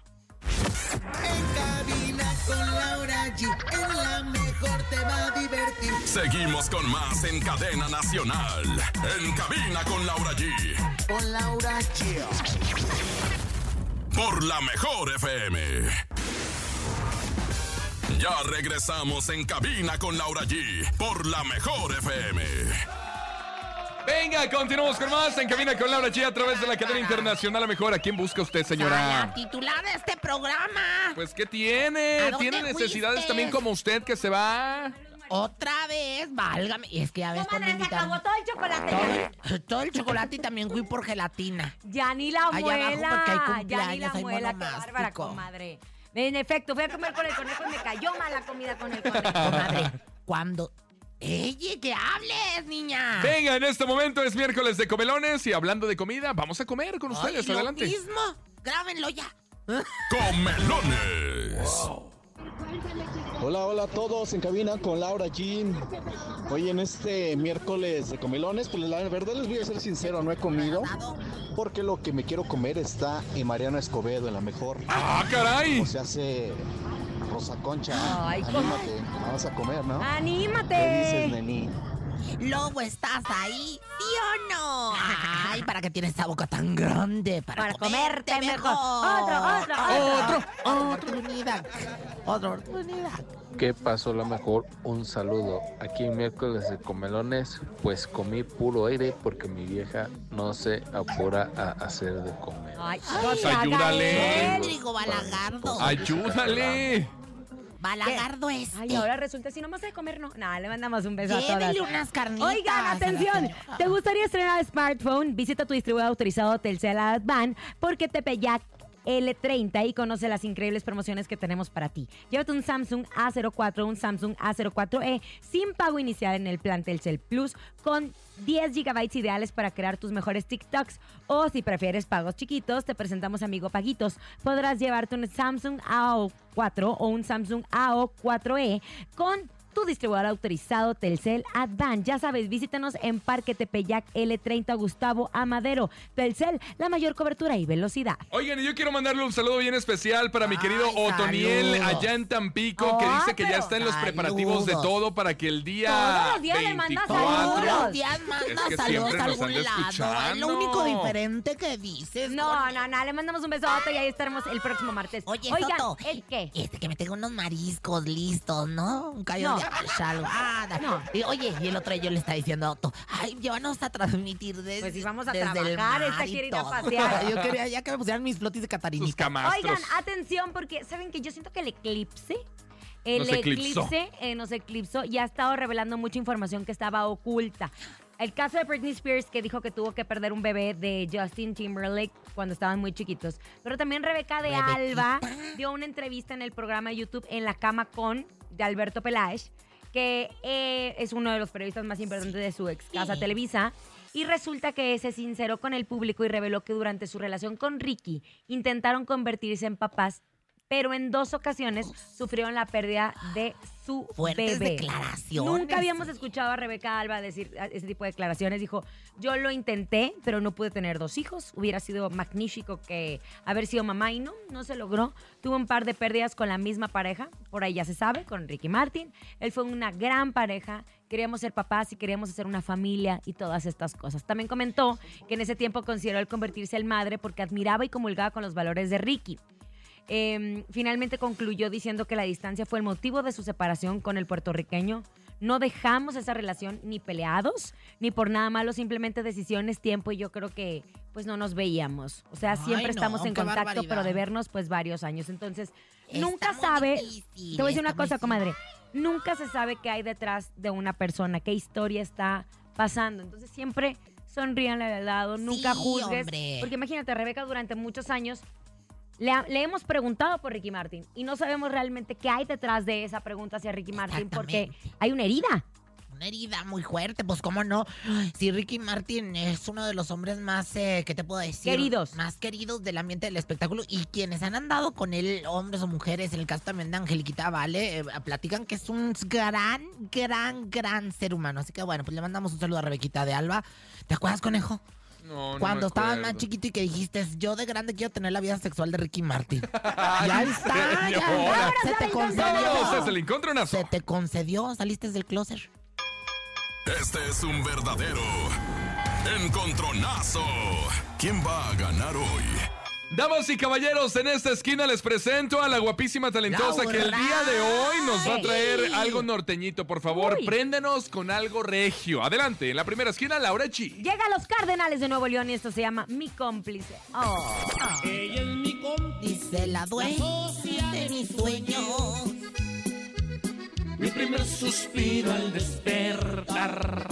A: Seguimos con más en Cadena Nacional. En cabina con Laura G.
F: Con Laura Chio.
A: Por la mejor FM. Ya regresamos en cabina con Laura G. Por la mejor FM.
D: Venga, continuamos con más en cabina con Laura G. A través de la cadena internacional La Mejor. ¿A quién busca usted,
F: La
D: señora?
F: titular de este programa.
D: Pues, ¿qué tiene?
F: ¿A dónde
D: Tiene necesidades
F: fuiste? Ah.
D: también como usted que se va.
F: Otra vez, válgame. Y es que ya ves cuando
B: se
F: invitaron-
B: acabó todo el chocolate.
F: todo, el, todo el chocolate y también fui por gelatina.
B: Ya ni
F: Allá
B: la
F: abajo
B: muela.
F: porque hay
B: Ya ni la
F: cumpleaños, hay
B: muela, qué
F: monomástico.
B: bárbara, comadre. En efecto, fui a comer con el conejo y me cayó mal la comida con el conejo.
F: Comadre, cuando
C: ¡Ey, que hables, niña!
D: Venga, en este momento es miércoles de comelones y hablando de comida, vamos a comer con ustedes.
C: Ay, lo
D: Adelante.
C: mismo! ¡Grábenlo ya!
A: Comelones.
G: Hola, hola a todos en cabina con Laura Jean. Hoy en este miércoles de comilones, pues la verdad les voy a ser sincero, no he comido porque lo que me quiero comer está en Mariano Escobedo, en la mejor.
D: ¡Ah, caray!
G: O se hace Rosa Concha.
B: Ay, con-
G: Anímate, vamos a comer, ¿no? ¿Qué dices,
B: ¡Anímate!
G: Neni?
C: Lobo, ¿estás ahí? ¿Sí o no? Ay, ¿para qué tienes esa boca tan grande? Para,
B: Para comerte mejor. Otro, otro, otro.
C: Otra oportunidad. Otra oportunidad.
H: ¿Qué pasó? La mejor, un saludo. Aquí en miércoles de comelones, pues comí puro aire porque mi vieja no se apura a hacer de comer.
B: Ay,
D: Pues
B: ay,
D: ayúdale.
B: Gabriel.
C: Rodrigo Balagardo.
D: Ah. ¡Ayúdale!
C: Balagardo este. es.
B: Ay, ahora resulta si nomás de comer no. Nada, le mandamos un beso a todas.
C: Llévenle unas carnitas.
B: Oigan,
C: a la
B: atención.
C: señora.
B: ¿Te gustaría estrenar smartphone? Visita tu distribuidor autorizado Telcel Advan porque Tepeyac L30 y conoce las increíbles promociones que tenemos para ti. Llévate un Samsung A04, un Samsung A04e E, sin pago inicial en el plan Telcel Plus con 10 GB ideales para crear tus mejores TikToks o si prefieres pagos chiquitos, te presentamos Amigo Paguitos. Podrás llevarte un Samsung AO4 o un Samsung AO4e con tu distribuidor autorizado Telcel Advan. Ya sabes, visítanos en Parque Tepeyac L30 Gustavo Amadero. Telcel, la mayor cobertura y velocidad.
D: Oigan, y yo quiero mandarle un saludo bien especial para mi
C: Ay,
D: querido Otoniel
C: saludos.
D: allá en Tampico, que
B: Ah,
D: dice que ya
B: pero-
D: está en los preparativos de
C: Saludos.
D: todo para que el día
B: Todos los días le mandas
C: Todos
D: 24
B: saludos.
C: los días manda
D: Es que
C: saludos
D: siempre
C: a
D: nos
C: algún
D: anda
C: lado. Es lo
D: escuchando.
C: único diferente que dices.
B: No, no, no, le mandamos un besote y ahí estaremos el próximo martes.
C: Oye,
B: Oigan,
C: Soto.
B: ¿el qué?
C: Este que me tengo unos mariscos listos, ¿no? Un callo
B: No.
C: de salvada.
B: No.
C: Y, oye, y el otro yo le está diciendo a Otto, ay, llévanos a transmitir desde
B: Pues sí, vamos a
C: desde el
B: trabajar, esta
C: mar y
B: quiere ir a
C: todo".
B: pasear.
C: yo quería ya que me pusieran mis flotis de
D: sus
C: catarinita.
D: camastros.
C: ah,
B: Oigan, atención, porque saben que yo siento que el eclipse. El
D: Nos eclipsó.
B: eclipse eh, nos eclipsó y ha estado revelando mucha información que estaba oculta. El caso de Britney Spears, que dijo que tuvo que perder un bebé de Justin Timberlake cuando estaban muy chiquitos. Pero también Rebeca de
C: Rebequita.
B: Alba dio una entrevista en el programa de YouTube En la Cama con de Alberto Peláez, que eh, es uno de los periodistas más importantes de su ex casa
C: Sí.
B: Televisa. Y resulta que se sinceró con el público y reveló que durante su relación con Ricky intentaron convertirse en papás, pero en dos ocasiones sufrieron la pérdida de su
C: Fuertes
B: bebé.
C: declaraciones.
B: Nunca habíamos escuchado a Rebeca Alba decir ah, ese tipo de declaraciones. Dijo, yo lo intenté, pero no pude tener dos hijos. Hubiera sido magnífico que haber sido mamá y no, no se logró. Tuve un par de pérdidas con la misma pareja, por ahí ya se sabe, con Ricky Martin. Él fue una gran pareja. Queríamos ser papás y queríamos hacer una familia y todas estas cosas. También comentó que en ese tiempo consideró el convertirse en madre porque admiraba y comulgaba con los valores de Ricky. Eh, finalmente concluyó diciendo que la distancia fue el motivo de su separación con el puertorriqueño. No dejamos esa relación ni peleados, ni por nada malo, simplemente decisiones, tiempo y yo creo que pues no nos veíamos. O sea,
C: Ay,
B: siempre
C: no,
B: estamos en
C: qué
B: contacto,
C: barbaridad.
B: pero de vernos pues varios años. Entonces,
C: Está
B: nunca
C: muy
B: sabe,
C: difícil,
B: te voy a decir una
C: está muy
B: cosa, comadre, nunca se sabe qué hay detrás de una persona, qué historia está pasando. Entonces, siempre sonríanle al lado, nunca
C: Sí,
B: juzgues.
C: hombre.
B: Porque imagínate, Rebeca durante muchos años le, ha- le hemos preguntado por Ricky Martin y no sabemos realmente qué hay detrás de esa pregunta hacia Ricky Martin porque
C: Exactamente.
B: hay una herida.
C: Una herida muy fuerte, pues cómo no. Si Ricky Martin es uno de los hombres más, eh, ¿qué te puedo decir?
B: Queridos.
C: Más queridos del ambiente del espectáculo. Y quienes han andado con él, hombres o mujeres, en el caso también de Angeliquita Vale, eh, platican que es un gran, gran, gran ser humano. Así que bueno, pues le mandamos un saludo a Rebequita de Alba. ¿Te acuerdas, conejo?
D: No, no me
C: Cuando estabas
D: acuerdo.
C: más chiquito y que dijiste, yo de grande quiero tener la vida sexual de Ricky Martin. ya está, ya.
D: señora.
C: Se te
D: ¡Vámonos! Es el
C: concedió.
D: encontronazo.
C: Se te concedió, saliste del closet.
A: Este es un verdadero encontronazo. ¿Quién va a ganar hoy?
D: Damas y caballeros, en esta esquina les presento a la guapísima talentosa que el día de hoy nos va a traer algo norteñito. Por favor,
B: Uy.
D: préndenos con algo regio. Adelante, en la primera esquina, Laura Chi.
B: Llega a los Cardenales de Nuevo León y esto se llama Mi cómplice. Oh.
C: Dice la dueña de mis sueños.
H: Mi primer suspiro al despertar.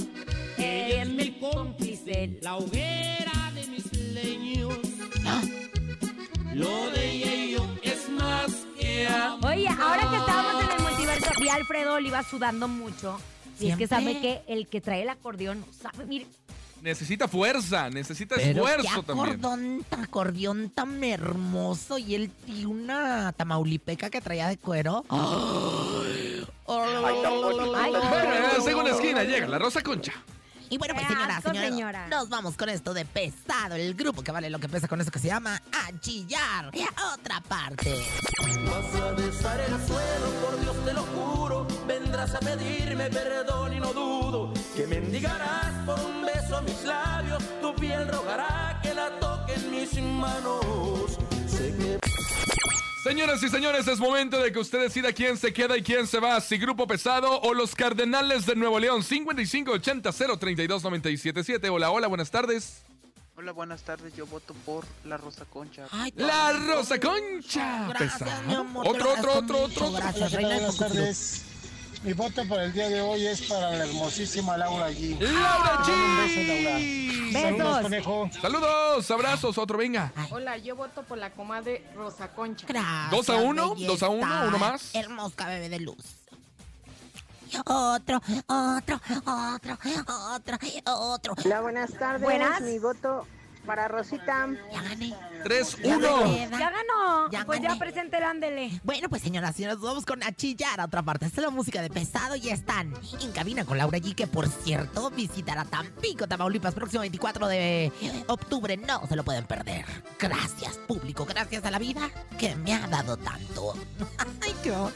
B: Ella es mi cómplice.
H: La hoguera de mis leños. Lo de ella y yo es más que amor.
B: Oye, ahora que estábamos en el multiverso, vi a Alfredo Oliva sudando mucho Y es que
E: Siempre.
B: sabe que el que trae el acordeón no sabe, mire,
D: Necesita fuerza, necesita esfuerzo
C: qué
D: también.
C: acordón, tan acordeón tan hermoso y él y una tamaulipeca que traía de cuero.
D: Bueno, en la segunda esquina llega la Rosa Concha.
C: Y bueno, pues
B: Qué
C: señora,
B: asco,
C: señora,
B: señora.
C: nos vamos con esto de pesado, el grupo que vale lo que pesa con eso que se llama a chillar. Otra parte.
A: Vas a besar el suelo, por Dios te lo juro. Vendrás a pedirme perdón y no dudo que mendigarás por un beso a mis labios. Tu piel rogará que la toquen mis manos. Sé que.
D: Señoras y señores, es momento de que usted decida quién se queda y quién se va, si Grupo Pesado o los Cardenales de Nuevo León, 5580-032-977. Hola, hola, buenas tardes.
K: Hola, buenas tardes. Yo voto por la Rosa Concha.
D: La Rosa Concha. Pesado. Otro, otro, otro, otro.
L: Hola, ¿qué tal? Buenas tardes. Mi voto para el día de hoy es para la hermosísima Laura G.
D: ¡Laura G!
L: Un beso, Laura. Saludos, conejo.
D: Saludos, abrazos, otro, venga.
M: Hola, yo voto por la comadre Rosa Concha.
D: Dos a uno, dos a uno, uno más.
C: Hermosa bebé de luz. Otro, otro, otro, otro, otro.
G: Hola, buenas tardes.
C: Buenas.
G: Mi voto para Rosita.
C: Ya gané.
D: 3-1.
C: Ya ganó.
B: Pues ya
C: presente, ándele. Bueno, pues señoras y señores, nos vamos con a chillar a otra parte. Esta es la música de pesado y están en cabina con Laura G, que por cierto visitará Tampico, Tamaulipas, próximo 24 de octubre. No se lo pueden perder. Gracias, público. Gracias a la vida que me ha dado tanto. Ay, qué amor.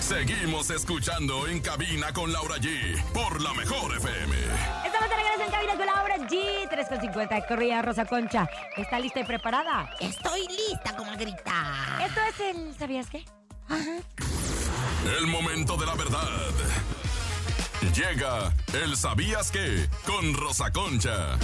N: Seguimos escuchando en cabina con Laura G por la mejor FM.
B: Estamos de regreso en cabina con Laura G. 3.50, corría Rosa Concha. ¿Está lista y preparada?
C: Estoy lista, como grita.
B: Esto es el... ¿Sabías qué?
N: El momento de la verdad. Llega el sabías que con Rosa Concha.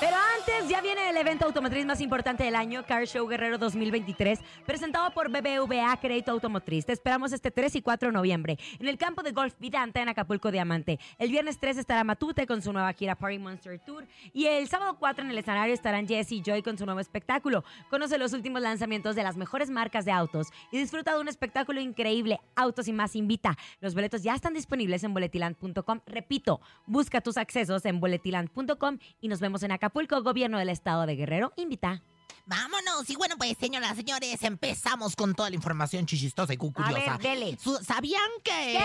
B: Pero antes, ya viene el evento automotriz más importante del año, Car Show Guerrero 2023, presentado por BBVA Crédito Automotriz. Te esperamos este 3 y 4 de noviembre en el campo de golf Vidanta en Acapulco Diamante. El viernes 3 estará Matute con su nueva gira Party Monster Tour y el sábado 4 en el escenario estarán Jesse y Joy con su nuevo espectáculo. Conoce los últimos lanzamientos de las mejores marcas de autos y disfruta de un espectáculo increíble. Autos y más invita. Los boletos ya están disponibles en boletiland.com. Repito, busca tus accesos en boletiland.com y nos vemos en Acapulco, Gobierno del Estado de Guerrero. Invita.
C: Vámonos. Y bueno, pues, señoras, señores, empezamos con toda la información chichistosa y cucuriosa.
B: A ver, dele.
C: Su- ¿Sabían que...?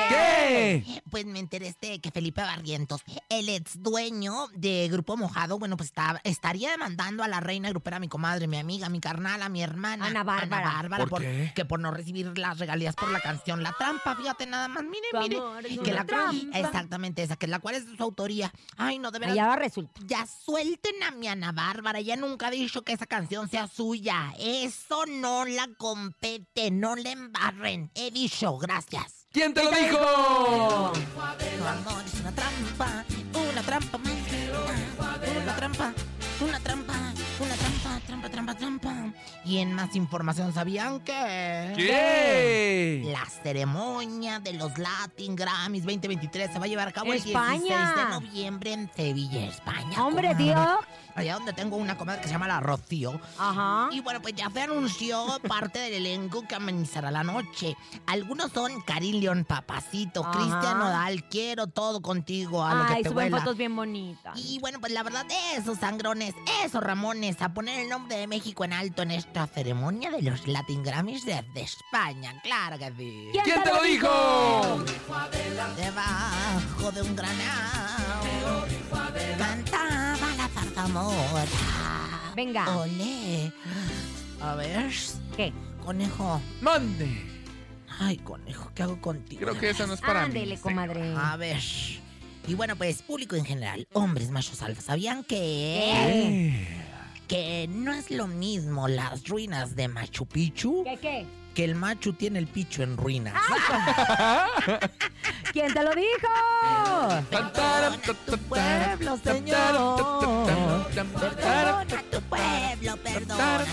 B: ¿Qué?
C: Pues me enteré este que Felipe Barrientos, el ex dueño de Grupo Mojado, bueno, pues está- estaría demandando a la reina grupera, mi comadre, mi amiga, mi carnal, a mi hermana. Ana Bárbara.
E: ¿Por qué?
C: que por no recibir las regalías por la canción La Trampa, fíjate nada más, mire,
E: Tu
C: mire.
E: amor es
C: que
E: una
C: la
E: trampa.
C: Exactamente, esa, que la cual es de su autoría. Ay, no, de verdad.
B: Allá va resulta.
C: Ya suelten a mi Ana Bárbara. Ella nunca ha dicho que esa canción sea suya. Eso no la compete. No la embarren. He dicho, gracias.
D: ¿Quién te lo dijo?
C: Tu amor es una trampa. Una trampa más. Una trampa. Una trampa. Una trampa. Trampa, trampa, trampa. Y en más información, ¿sabían que?
E: ¿Qué?
C: La ceremonia de los Latin Grammys 2023 se va a llevar a cabo el 16 de
B: España.
C: noviembre en Sevilla, España.
B: Hombre,
C: comadre.
B: tío.
C: Allá donde tengo una comadre que se llama La Rocío.
B: Ajá.
C: Y bueno, pues ya se anunció parte del elenco que amenizará la noche. Algunos son Karin León, Papacito,
B: Ajá.
C: Cristian Nodal, Quiero Todo Contigo, a lo que
B: Ay,
C: te
B: suben
C: vuela.
B: fotos bien bonitas.
C: Y bueno, pues la verdad, esos sangrones, esos ramones, a poner el nombre de México en alto en esta ceremonia de los Latin Grammys desde España, claro que sí.
A: ¿Quién ¿Quién te te lo lo dijo?
C: Debajo de un granado cantaba la zarzamora.
B: Venga.
C: Olé. A ver.
B: ¿Qué?
C: Conejo.
D: Mande.
C: Ay, conejo, ¿qué hago contigo?
D: Creo que esa no es para mí,
C: Ándele,
D: señora.
C: comadre. A ver. Y bueno, pues, público en general, hombres machos alfa, ¿sabían que... Que no es lo mismo las ruinas de Machu Picchu...
B: ¿Qué qué?
C: Que el machu tiene el picho en ruinas. Ah,
B: ¿Quién te lo
C: Eh.
B: dijo?
C: Perdona tu pueblo, señor. Perdona tu pueblo, perdónalo.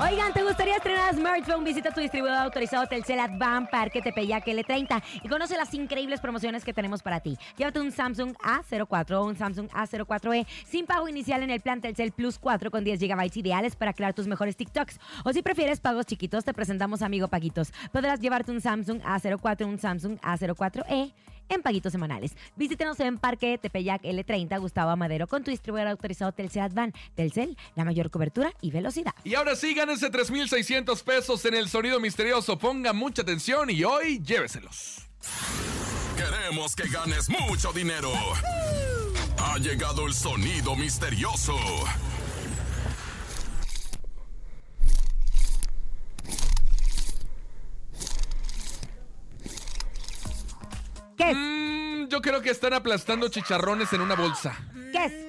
B: Oigan, ¿te gustaría estrenar smartphone? Visita tu distribuidor autorizado Telcel Advan Parque Tepeyac L30 y conoce las increíbles promociones que tenemos para ti. Llévate un Samsung A04 o un Samsung A04e E, sin pago inicial en el plan Telcel Plus 4 con 10 GB ideales para crear tus mejores TikToks. O si prefieres pagos chiquitos, te presentamos Amigo Paguitos. Podrás llevarte un Samsung A04, un Samsung A04e E en paguitos semanales. Visítenos en Parque Tepeyac L30, Gustavo Amadero, con tu distribuidor autorizado Telcel Advan. Telcel, la mayor cobertura y velocidad.
D: Y ahora sí, gánense 3,600 pesos en el sonido misterioso. Ponga mucha atención y hoy lléveselos.
A: Queremos que ganes mucho dinero. Ha llegado el sonido misterioso.
B: ¿Qué es?
D: Mm, yo creo que están aplastando chicharrones en una bolsa.
B: ¿Qué es?
C: Eh,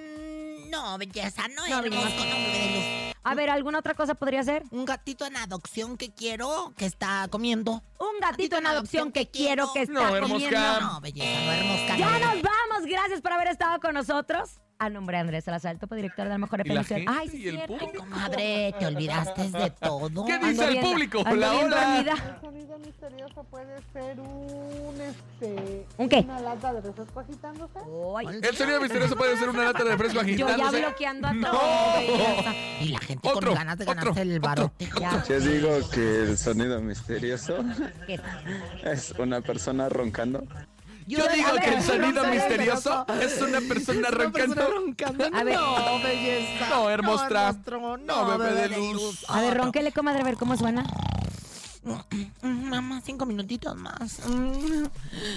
C: No, belleza, no,
B: No,
C: es
B: belleza.
C: mascota de luz.
B: A ver, ¿alguna otra cosa podría ser?
C: Un gatito en adopción que quiero que está comiendo.
B: Un gatito en adopción que quiero que
D: No,
B: está
D: hermosca.
B: comiendo.
C: No, belleza, no hermosca.
B: Ya
C: no.
B: nos vamos. Gracias por haber estado con nosotros. A nombre de Andrés Salazar, topo director de la mejor
D: Y la
B: Expedición.
D: gente
B: Ay, sí,
D: y el
B: es cierto.
D: público.
C: Madre, te olvidaste de todo.
D: ¿Qué
B: Ando
D: dice el
B: bien-
D: público?
B: ando
D: Hola,
B: bien
D: hola.
B: dormida.
G: El sonido misterioso puede ser un este
B: ¿Un qué?
G: una lata de refresco agitándose.
B: Ay,
D: El sonido misterioso puede ser una lata de refresco
B: yo
D: agitándose.
B: ya bloqueando a
D: ¡No!
B: todos.
C: Y la gente
D: Otro,
C: con ganas de ganarse
D: otro,
C: el barote.
B: Ya,
O: Yo digo que el sonido misterioso
B: ¿qué?
O: es una persona roncando.
D: Yo digo
C: a ver,
D: que el
C: es
D: sonido
C: una persona
D: misterioso es una persona roncando.
B: A ver.
C: No, belleza.
D: No, hermostra.
C: hermostro,
D: No, bebé de luz.
B: A ver, ronquele, comadre, a ver cómo suena.
C: Mm, Mamá, cinco minutitos más. Mm.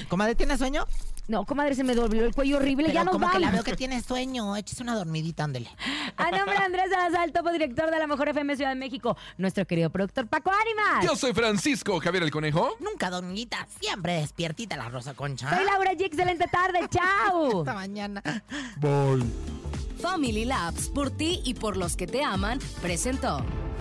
C: Comadre, ¿tienes sueño?
B: No, comadre, se me dobló el cuello horrible.
C: Pero
B: ya nos
C: como
B: vamos.
C: que la veo que tienes sueño. Échese una dormidita, ándele.
B: A nombre de Andrés Salazar, topo director de la mejor FM Ciudad de México, nuestro querido productor Paco Ánimas.
D: Yo soy Francisco Javier el Conejo.
C: Nunca dormidita, siempre despiertita la Rosa Concha. ¿ah?
B: Soy Laura G. Excelente tarde. Chao.
C: Hasta mañana.
P: Family Labs, por ti y por los que te aman, presentó.